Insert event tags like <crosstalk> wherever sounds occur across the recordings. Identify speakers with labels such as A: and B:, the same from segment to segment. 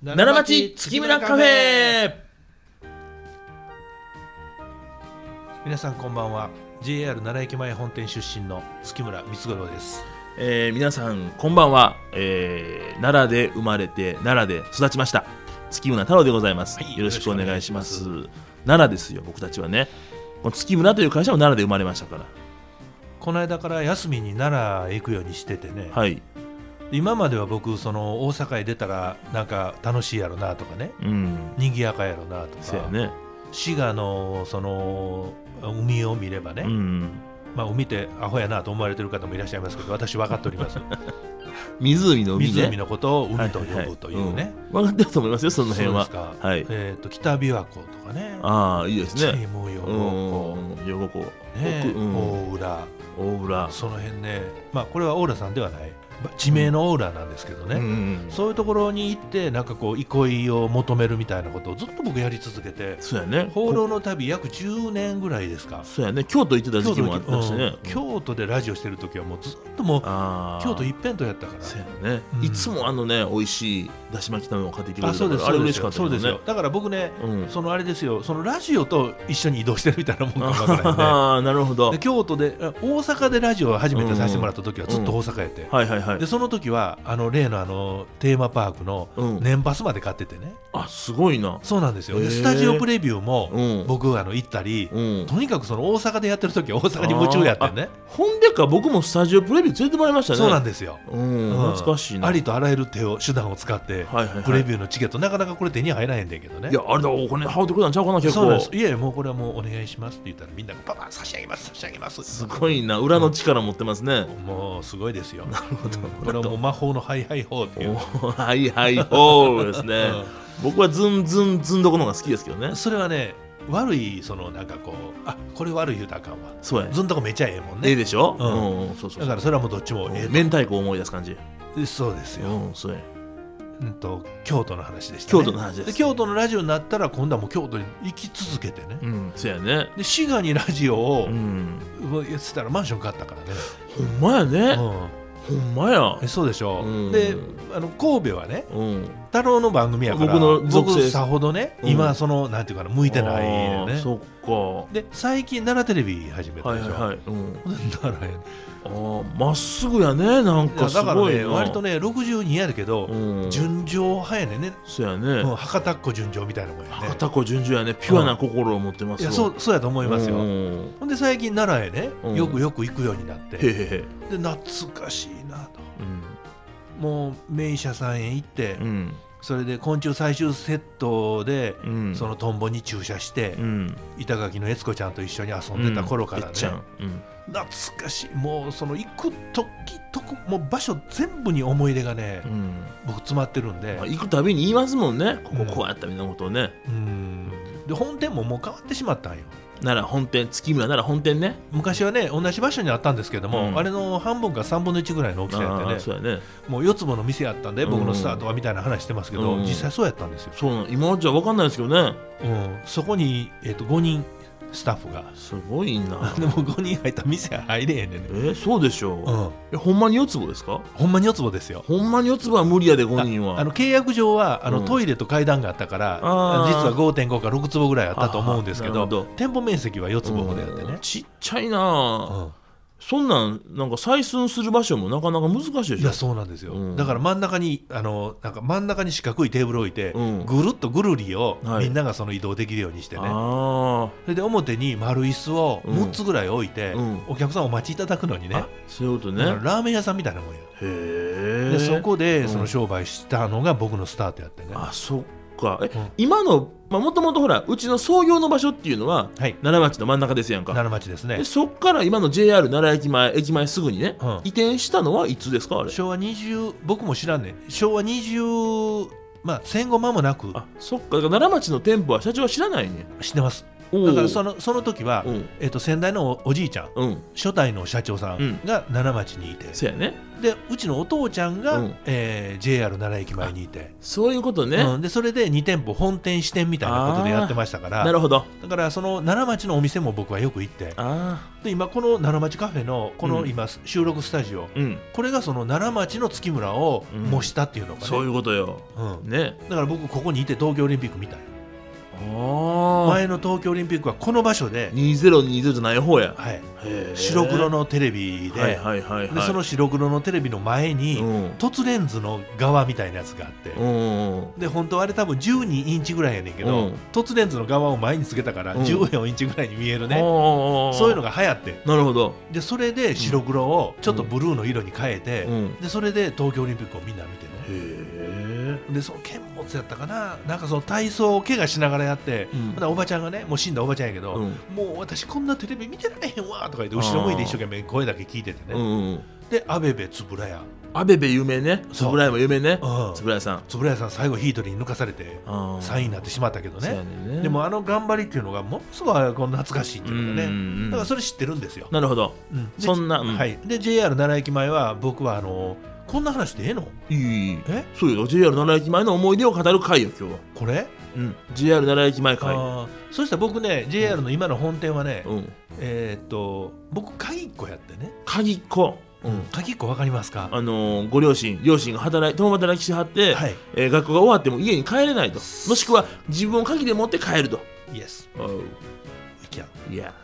A: 奈良町月村カフェ
B: 皆さんこんばんは JR 奈良駅前本店出身の月村光五郎です
A: えー皆さんこんばんは、えー奈良で生まれて奈良で育ちました月村太郎でございます、
B: はい
A: よろしくお願いします
B: よろ
A: 奈良ですよ僕たちはねこの月村という会社も奈良で生まれましたから
B: この間から休みに奈良へ行くようにしててね、
A: はい
B: 今までは僕その大阪へ出たらなんか楽しいやろなとかね
A: うん
B: 賑やかやろなと
A: そうや
B: か、
A: ね
B: 滋賀のその海を見ればね、
A: うん
B: まあ海ってアホやなと思われてる方もいらっしゃいますけど私分かっております
A: 湖の <laughs> 海ね
B: 湖のことを海と呼
A: はいは
B: ぶというね、
A: うん分かってると思いますよその辺は
B: そうですか
A: はい
B: えー、と北琵琶湖とかね
A: ああいいです
B: チー
A: ね
B: ム
A: うん
B: 洋
A: 余呉湖
B: 子ね
A: 奥うん
B: 大浦
A: 大浦
B: その辺ねまあこれは大浦さんではないまあ地名の大浦なんですけどね、
A: うん
B: そういうところに行ってなんかこう憩いを求めるみたいなことをずっと僕やり続けて
A: そうやね
B: 放浪の旅約10年ぐらいですか
A: そうやね京都行ってた時期もあったしね
B: うん京都でラジオしてる時はもうずっともう
A: ああ
B: 京都一辺倒やったから
A: そうやね、
B: うん
A: いつもあのね美味しいだし巻き卵を買ってきてくれ
B: あ
A: る
B: そうです
A: あれ
B: そう
A: 嬉
B: で
A: し
B: す
A: か
B: よ
A: った
B: そうです
A: よ
B: よだから僕ね
A: うん
B: そのあれですよそのラジオと一緒に移動してるみたいなもんかもわからへん
A: <laughs>
B: ね
A: ああなるほど
B: で京都であ大阪でラジオを初めてさせてもらった時はずっと大阪やって、
A: はいはいはい
B: でその時はあの例のあのテーマパークの
A: うん
B: 年パスまで買っててね
A: あすごいな
B: そうなんですよ
A: へ
B: で
A: ー
B: スタジオプレビュー
A: う
B: も
A: ん
B: 僕あの行ったり
A: うん
B: とにかくその大阪でやってる時は大阪に夢中やってね
A: ほんでか僕もスタジオプレビュー連れてもらいましたね
B: そうなん
A: で
B: ですよ、
A: うん
B: うん
A: 懐かしいな
B: ありとあらゆる手を手段を使って
A: はいはいはい
B: プレビューのチケットなかなかこれ手に入らへんでんけどね
A: いやあれだお金払ってくれたんちゃうかな結
B: そうなんで
A: 構
B: すいやいやもうこれはもうお願いしますって言ったらみんながパパ差し上げます差し上げます
A: すごいな裏の力持ってますね、
B: もうすごいですよなる
A: ほど
B: これはもう魔法のハイハイ法ってい
A: お
B: う
A: ーはいはいおーですね、僕はズンズンズンどこの方が好きですけど
B: <laughs>
A: ね
B: それはね悪いそのなんかこうあこれ悪い言うたらあかんわ
A: そうやね
B: ずんとこめちゃええもん
A: ええ
B: ね
A: でしょ、
B: う
A: うんんうんそうそう
B: だからそれはもうどっちもえ
A: 明太子を思い出す感じ
B: えそうですよ、
A: うんそうや
B: うん、と京都の話でした、ね、
A: 京都の話です
B: 京都のラジオになったら今度はもう京都に行き続けてね、
A: うんそうやね
B: で滋賀にラジオを
A: うん
B: やってたらマンション買ったから
A: ほんまや <laughs> ね、
B: ね、
A: ほんまや
B: うん、えそうでしょ、
A: うん
B: であの神戸はね
A: うん
B: 太郎の番組やから
A: 僕の属性です
B: さほどね、
A: うん
B: 今そのなんていうかな向いてないよ
A: あー
B: ね
A: そっか
B: で最近奈良テレビ始めた
A: はい
B: でし
A: は
B: ょ、
A: いはい、うん、
B: 奈良やね
A: あーまっすぐやねなん
B: いや
A: かす
B: だから
A: ごい
B: ね
A: な
B: 割とね62やるけど、
A: うん
B: 純情派やねんね、
A: そうや
B: うん
A: ね
B: 博多っ子純情みたいなもんやね
A: 博多子順々やねピュアな心を持ってま
B: い
A: す
B: や
A: わ
B: そうそうやと思いますよ、
A: うん
B: ほんで最近奈良へね
A: うん
B: よくよく行くようになって、
A: へへへ
B: で懐かしいなと
A: うん
B: もう名医者さんへ行って、
A: うん
B: それで昆虫採集セットで、
A: うん
B: そのトンボに注射して、
A: うん
B: 板垣の悦子ちゃんと一緒に遊んでた頃から
A: うん
B: ね
A: いっ、ちゃんうん
B: 懐かしいもうその行く時とこもう場所全部に思い出がね、
A: うん
B: 僕詰まってるんで、
A: まあ行くたびに言いますもんねこ
B: う
A: こ
B: ん
A: こうやったみたいなことをね
B: うんで本店ももう変わってしまったんよ
A: 奈良本店月村奈良本店ね
B: 昔はね同じ場所にあったんですけども、
A: うん
B: あれの半分か3分の1ぐらいの大きさやって
A: あ
B: ね
A: ーそうやね
B: もう四つもの店やったんで僕のスタートはみたいな話してますけど、
A: うん
B: 実際そうやったんですよ、
A: そうなの今じゃ分かんないですけどね
B: うん、そこに、えっと5人スタッフが
A: すごいな
B: でも5人入ったら店は入れへんねんね
A: え、ーそうでしょう、
B: うん、
A: えほんまに四坪ですか
B: ほんまに四つもですよ
A: ほんまに四坪は無理やで5人
B: あ
A: は
B: あの契約上はあの、
A: うん
B: トイレと階段があったから実
A: あー
B: は5.5か6坪ぐらいあったと思うんですけ
A: あ
B: ど
A: ーなるほど
B: 店舗面積は4坪まであって
A: う
B: ね
A: ん、ちっちゃいな
B: う
A: あ、
B: ん
A: そんなんなんか採寸する場所もなかなか難しいで
B: い
A: しょ
B: やそうなんですよ、
A: うん
B: だから真ん中にあのなんか真ん中に四角いテーブル置いて、
A: うん
B: ぐるっとぐるりを
A: はい
B: みんながその移動できるようにしてね、
A: あ
B: それで表に丸椅子を
A: うん
B: 6つぐらい置いて、
A: うん
B: お客さんお待ちいただくのに
A: ー、
B: ね
A: あそういうことね
B: だからラーメン屋さんみたいなもんよ
A: へえ
B: でそこでそうの
A: ん
B: 商売したのが僕のスタートやってね、
A: あそっかえ、
B: うん
A: 今のもともとほらうちの創業の場所っていうのは
B: はい
A: 奈良町の真ん中ですやんか
B: 奈良町ですね
A: でそっから今の JR 奈良駅前駅前すぐにね、
B: うん
A: 移転したのはいつですかあれ
B: 昭和20僕も知らんねん昭和20まあ戦後間もなく
A: あそっかだから奈良町の店舗は社長は知らないね
B: 知ってます
A: おう
B: だからそのその時は、
A: うん
B: えっと先代のおおじいちゃん
A: うん
B: 初代の社長さ
A: うん
B: んが奈良町にいて、
A: そうやね
B: でうちのお父ちゃんが、
A: うん
B: えー JR 奈良駅前にいて、
A: そういうことね、
B: うん、でそれで2店舗本店支店みたいなことでやってましたから
A: なるほど
B: だからその奈良町のお店も僕はよく行って
A: あ
B: で今この奈良町カフェのこ
A: う
B: の
A: ん
B: 今収録スタジオ、
A: あうん
B: これがその奈良町の月村を
A: うん
B: 模したっていうのかね、
A: そういうことよ
B: うん
A: ね
B: だから僕ここにいて東京オリンピック見たい
A: ああ
B: 前の東京オリンピックはこの場所で、
A: 2020じゃない方や
B: はい、
A: へー
B: 白黒のテレビで,、
A: はいはいはいはい
B: でその白黒のテレビの前に、
A: うん
B: 凸レンズの側みたいなやつがあって、
A: うんうん
B: で本当はあれ多分12インチぐらいやねんけど、
A: うん
B: 凸レンズの側を前につけたから
A: うん
B: 14インチぐらいに見えるね、
A: ね
B: そういうの
A: が
B: が流行って
A: なるほど
B: でそれで白黒をちょっとブルーの色に変えて、
A: うん
B: でそれで東京オリンピックをみんな見てね
A: へえ
B: でその剣持やったかななんかその体操を怪我しながらやって、
A: うん
B: ほんならおばちゃんがねもう死んだおばちゃんやけど、
A: うん
B: もう私こんなテレビ見てられへんわとか言って後ろ向いて一生懸命声だけ聞いててね、
A: うんうん
B: で阿部部つぶらや、
A: アベベ有名ね
B: そう
A: 円谷も有名ね
B: うん
A: 円谷さん
B: つぶらやさん最後ヒートに抜かされて
A: あー
B: 3位になってしまったけど
A: そう
B: ね
A: やねんね
B: でもあの頑張りっていうのがものすごいこう懐かしいっていうのがね、
A: うんうんうん
B: だからそれ知ってるんですよ、
A: なるほど
B: うんで
A: そんなうん
B: はい、で JR 奈良駅前は僕はあのこんな話でええの
A: いいいい
B: え
A: そうよ JR 奈良駅前の思い出を語る会よ今日は
B: これ、
A: うん JR 奈良駅前
B: あ
A: 会
B: ーそしたら僕ね JR の今の本店はね、
A: うん
B: えーっと僕鍵っ子やってね、
A: 鍵っ子うん
B: 鍵っ子わかりますか
A: あのーご両親両親が働い共働きしはって
B: はい
A: えー学校が終わっても家に帰れないともしくは自分を鍵で持って帰ると
B: イエスいきや、
A: いや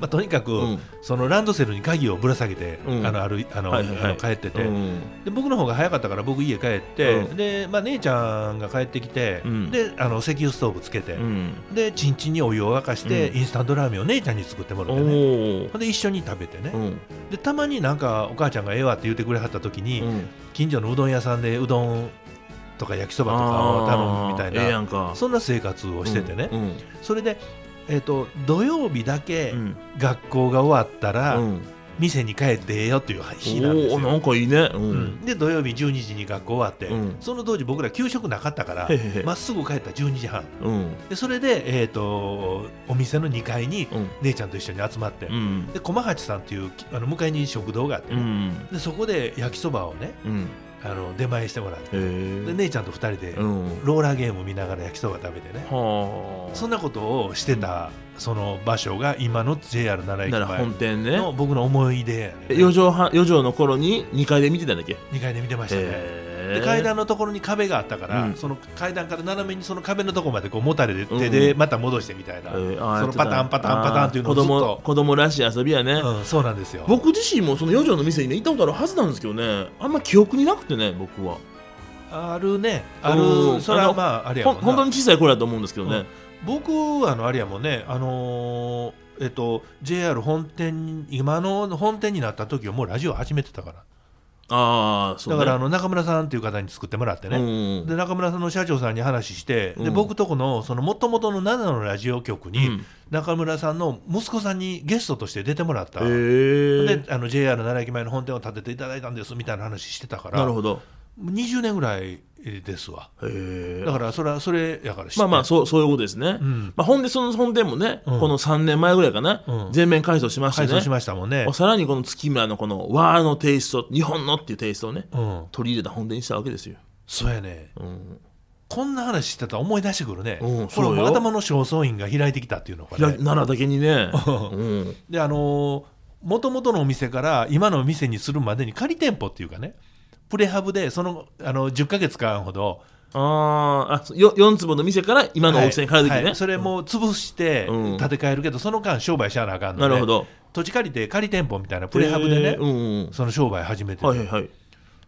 B: まあ、とにかく、
A: うん
B: そのランドセルに鍵をぶら下げて、
A: うん
B: あの歩いあの、
A: はいはいはい
B: あの帰ってて、
A: うん
B: で僕の方が早かったから僕家帰って、
A: うん
B: で、まあ、姉ちゃんが帰ってきて、
A: うん
B: であの石油ストーブつけて、
A: うん
B: でちんちんにお湯を沸かして、
A: うん
B: インスタントラーメンを姉ちゃんに作ってもら
A: お
B: ってね
A: ー
B: ほんで一緒に食べてね、
A: うん
B: でたまになんかお母ちゃんがええわって言ってくれはった時に、
A: うん
B: 近所のうどん屋さんでうどんとか焼きそばとかを頼むみたい
A: あーええや
B: なん
A: か
B: そんな生活をしててね、
A: うんうん
B: それで、えー、と土曜日だけ
A: うん
B: 学校が終わったら、
A: うん
B: 店に帰ってええよっていう日なんです
A: お
B: よ
A: おー、なんかいいねう
B: うんんで土曜日12時に学校終わって、
A: うん
B: その当時僕ら給食なかったから
A: へへへ
B: まっすぐ帰った12時半
A: うん
B: でそれで、えー、とお店の2階に
A: うん
B: 姉ちゃんと一緒に集まって、
A: うん
B: で駒八さんっていうきあの向かいに食堂があって
A: う
B: ね、
A: ん
B: でそこで焼きそばをね
A: うん
B: あの出前してもらって、
A: へえ
B: で姉ちゃんと2人で
A: うん
B: ローラーゲーム見ながら焼きそば食べてね、
A: はあ
B: そんなことをしてたその場所が今の JR 奈良
A: なら
B: 駅前
A: 本店ね
B: の僕の思い出やね
A: 4畳半4畳の頃に2階で見てたんだっけ
B: 2階で見てましたね。
A: へえ
B: で階段のところに壁があったから、
A: うん
B: その階段から斜めにその壁のところまでこうもたれで
A: うん
B: 手でまた戻してみたいな、
A: へえあー
B: そ
A: や
B: の
A: ってた
B: パターンパターンパターンっていうのを
A: あ
B: ずっ
A: 子供
B: と、
A: 子供らしい遊びやね
B: うん、そうなんですよ
A: 僕自身もその4畳の店にね行ったことあるはずなんですけどねあんま記憶になくてね僕は
B: あるねあ
A: うん
B: るそれは
A: あの
B: まああれや
A: ほん
B: もんな
A: 本当に小さい頃だと思うんですけどね
B: 僕はあのあれやもんねあのーえっと JR 本店に今の本店になった時はもうラジオ始めてたから
A: ああそう
B: だ
A: ね
B: からあの中村さんっていう方に作ってもらってね、
A: うん
B: で中村さんの社長さんに話して、
A: う
B: で
A: ん
B: 僕とこのその元々の7のラジオ局
A: う
B: に
A: ん
B: 中村さんの息子さんにゲストとして出てもらった、
A: へえ
B: であの JR 奈良駅前の本店を建てていただいたんですみたいな話してたから
A: なるほど
B: 20年ぐらいですわ
A: へえ
B: だからそれはそれやから知って
A: まあまあそうそういうことですね、
B: うん
A: まあ、ほんでその本店もね、
B: うん
A: この3年前ぐらいかな、
B: うん
A: 全面改装しました
B: 改
A: ね
B: 装しましたもんね、
A: さらにこの月村のこの和のテイスト日本のっていうテイストをね
B: うん、
A: 取り入れた本店にしたわけですよ、
B: そうやね
A: うん、
B: こんな話してたら思い出してくるね、
A: うん
B: これ
A: そうよ
B: 頭の正倉院が開いてきたっていうのか
A: ひら
B: ね
A: 奈良だけに
B: <laughs>
A: ね、
B: う
A: うん、
B: であのもともとのお店から今のお店にするまでに仮店舗っていうかねプレハブでそのあの10ヶ月間ほど
A: あーあよ4坪の店から今のお店に変える時ね、
B: はいはいそれも潰して
A: うん
B: 建て替えるけど、その間商売しゃあなあかんの
A: な
B: で
A: るほど
B: 土地借りて仮店舗みたいなプレハブでね、
A: えーうん
B: その商売始めてて、
A: うん、はいはいはい、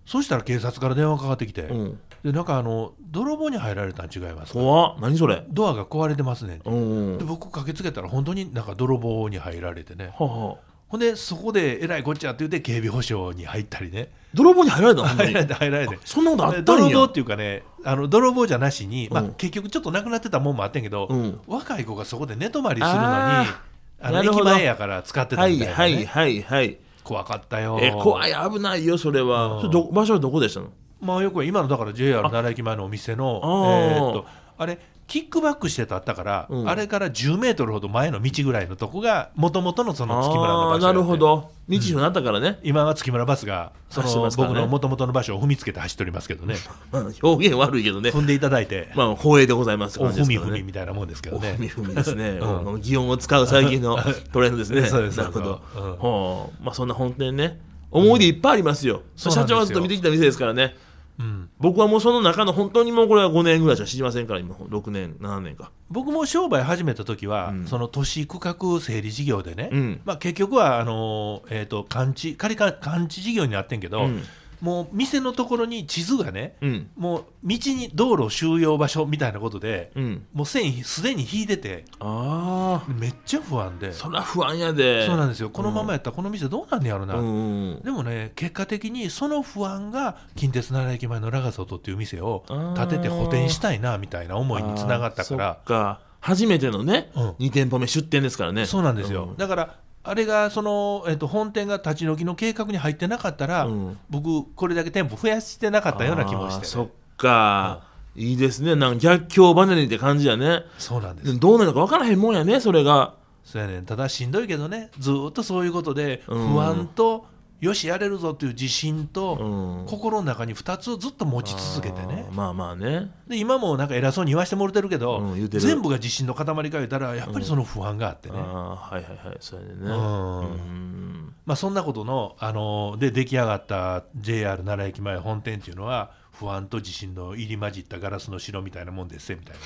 B: そしたら警察から電話かかってきて、
A: うん、
B: でなんかあの泥棒に入られたん違いますか
A: 怖っ何それ
B: ドアが壊れてますねって
A: うん
B: で僕駆けつけたら本当になんか泥棒に入られてね
A: はあはあ
B: ほんでそこでえらいこっちゃって言って警備保障に入ったりね
A: 泥棒に入られたのほんま
B: 入
A: に
B: られて入られて
A: そんなことあったんや
B: で泥棒っていうかねあの泥棒じゃなしに、まあ
A: うん
B: 結局ちょっとなくなってたもんもあってんけど、
A: うん
B: 若い子がそこで寝泊まりするのに
A: あ
B: あ
A: な
B: の
A: る
B: 駅
A: ほど
B: 前やから使ってた
A: は
B: み
A: い
B: たいな、ね
A: はいはいはい
B: 怖かったよ
A: え怖い危ないよそれは、
B: うん
A: それど場所はどこでしたの
B: まあよく今のだから JR 奈良駅前のお店の
A: あー
B: えーっとあれキックバックしてたったから、
A: うん
B: あれから10メートルほど前の道ぐらいのとこがもともとのその月村の場所や
A: ああ
B: って
A: なるほど日常になったからね、
B: 今は月村バスがそ
A: 走って
B: の
A: ますからね
B: 僕のもともとの場所を踏みつけて走っておりますけど
A: <laughs>
B: ね
A: まあ表現悪いけどね
B: 踏んでいただいて、
A: まあ光栄でございますって
B: お
A: 感じで
B: 踏
A: す
B: み
A: から
B: 踏み
A: ね
B: みたいなもんですけ
A: お
B: どね
A: ふみふみですね、
B: うん
A: うん擬音を使う最近のトレンドですね
B: そうです
A: なるほど、
B: そうそううん
A: ほうまあそんな本店ね思い出いっぱいありますよ、
B: そうな
A: 社
B: んです
A: 長
B: よ
A: がずっと見てきた店ですからね
B: うん、
A: 僕はもうその中の本当にもうこれは5年ぐらいしか知りませんから今6年7年か
B: 僕も商売始めた時は、
A: うん
B: その都市区画整理事業でね、
A: うん
B: まあ、結局はあのーえー、と勘地仮か勘地事業になってんけど、
A: うん
B: もう店のところに地図がね、
A: うん
B: もう道に道路収容場所みたいなことで、
A: うん
B: もう線すでに引いてて
A: ああ
B: めっちゃ不安でそ
A: そら不安やで
B: うなん
A: で
B: ですよこのままやったらこの店どうなんねやろな、
A: うん
B: でもね結果的にその不安が近鉄奈良駅前のラガソトっていう店を建てて補填したいなみたいな思いにつながったから
A: あーそっか初めてのね、
B: うん
A: 二2店舗目出店ですからね
B: そうなんですよ、だからあれがその、えっと本店が立ち退きの計画に入ってなかったら、
A: うん
B: 僕これだけ店舗増やしてなかったような気もして
A: あー
B: ね、
A: そっか、いいですねなんか逆境バネにって感じやね
B: そうなんです
A: でもどうなるか分からへんもんやねそれが
B: そうやねんただしんどいけどねずーっとそういうことで不
A: うん
B: 安と、よしやれるぞっていう自信と、
A: うん
B: 心の中に2つをずっと持ち続けてね
A: あーまあまあね
B: で今もなんか偉そうに言わしてもらってるけど、
A: うん言うてる
B: 全部が自信の塊か言うたらやっぱりその不安があってね、
A: ああーはいはいはいそうやね
B: うん
A: うん
B: まあ、そんなことの、あのーで出来上がった JR 奈良駅前本店っていうのは不安と自信の入り混じったガラスの城みたいなもんですよみたい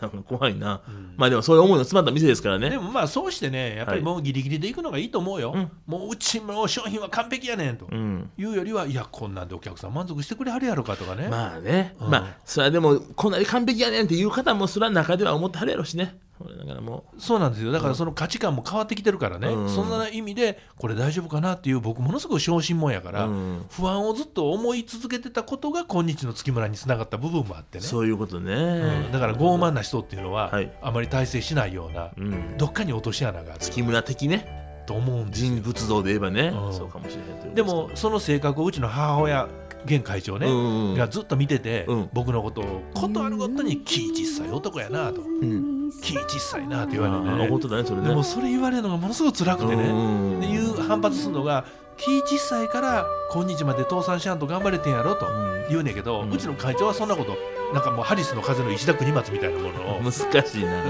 A: なん <laughs> か怖いな、まあでもそういう思いの詰まった店ですから
B: なで
A: ね
B: もまあそうしてねやっぱりもうギリギリで行くのがいいと思うよ、
A: うん
B: もううちの商品は完璧やねんと、
A: うん
B: いうよりはいやこんなんでお客さん満足してくれはるやろかとかね、
A: まあね、
B: うん
A: まあそれはでもこんなに完璧やねんっていう方もそれは中では思ってはるやろしね俺だからも
B: そうなんですよだからその価値観も変わってきてるからね、
A: うん
B: そんな意味でこれ大丈夫かなっていう僕ものすごく小心もんやか
A: う、
B: ら、
A: うん
B: 不安をずっと思い続けてたことが今日の月村につながった部分もあってね
A: そういうことね、
B: うんだから傲慢な人っていうのは、
A: はい
B: あまり大成しないような、
A: うん
B: どっかに落とし穴がある
A: 月村的ね
B: と思うんですよ
A: 人物像で言えばね、
B: うん
A: そうかもしれへんという
B: でもその性格をうちの母親現会長ね、
A: うんうん
B: がずっと見てて、
A: うん
B: 僕のことをことあるごとに「気小さい男やな」と
A: うん
B: 「気小さいな」って言
A: あ
B: われて
A: ー
B: ね
A: 残ってたねそれね
B: でもそれ言われるのがものすごく辛くてね、
A: うん
B: でいう反発するのが気小さいから今日まで倒産しやんと頑張れてんやろと
A: うん
B: 言うねんけど、
A: う
B: うんちの会長はそんなことなんかもうハリスの風の石田国松みたいなものを、
A: 難しいな、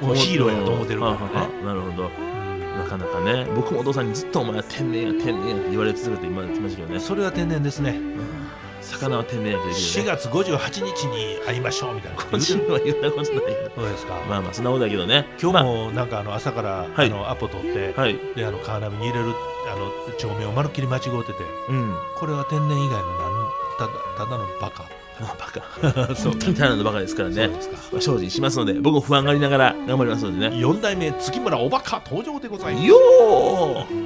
B: もうヒーローやと思ってるからね
A: あああなるほどなかなかね僕もお父さんにずっとお前は天然や天然やって言われ続けて今まで来ましたけどね
B: それは天然ですね
A: 魚は天然やと言うけ
B: 4
A: <laughs> どね
B: 月58日に会いましょうみたいなこと
A: こっち
B: 言うてる
A: は言ったことないよ
B: そうですか、
A: まあまあそんなことだけどね
B: 今日もなんかあの朝から、
A: はい
B: あのアポ取って、
A: まあはい
B: であのカーナビに入れるあの帳面をまるっきり間違うてて
A: うん
B: これは天然以外のなんただただのバカ
A: まあバカ <laughs> 本当にタイランドバカですからね
B: そうですか
A: まあ精進しますので僕も不安がりながら頑張りますのでね
B: 4代目月村おバカ登場でございます
A: よー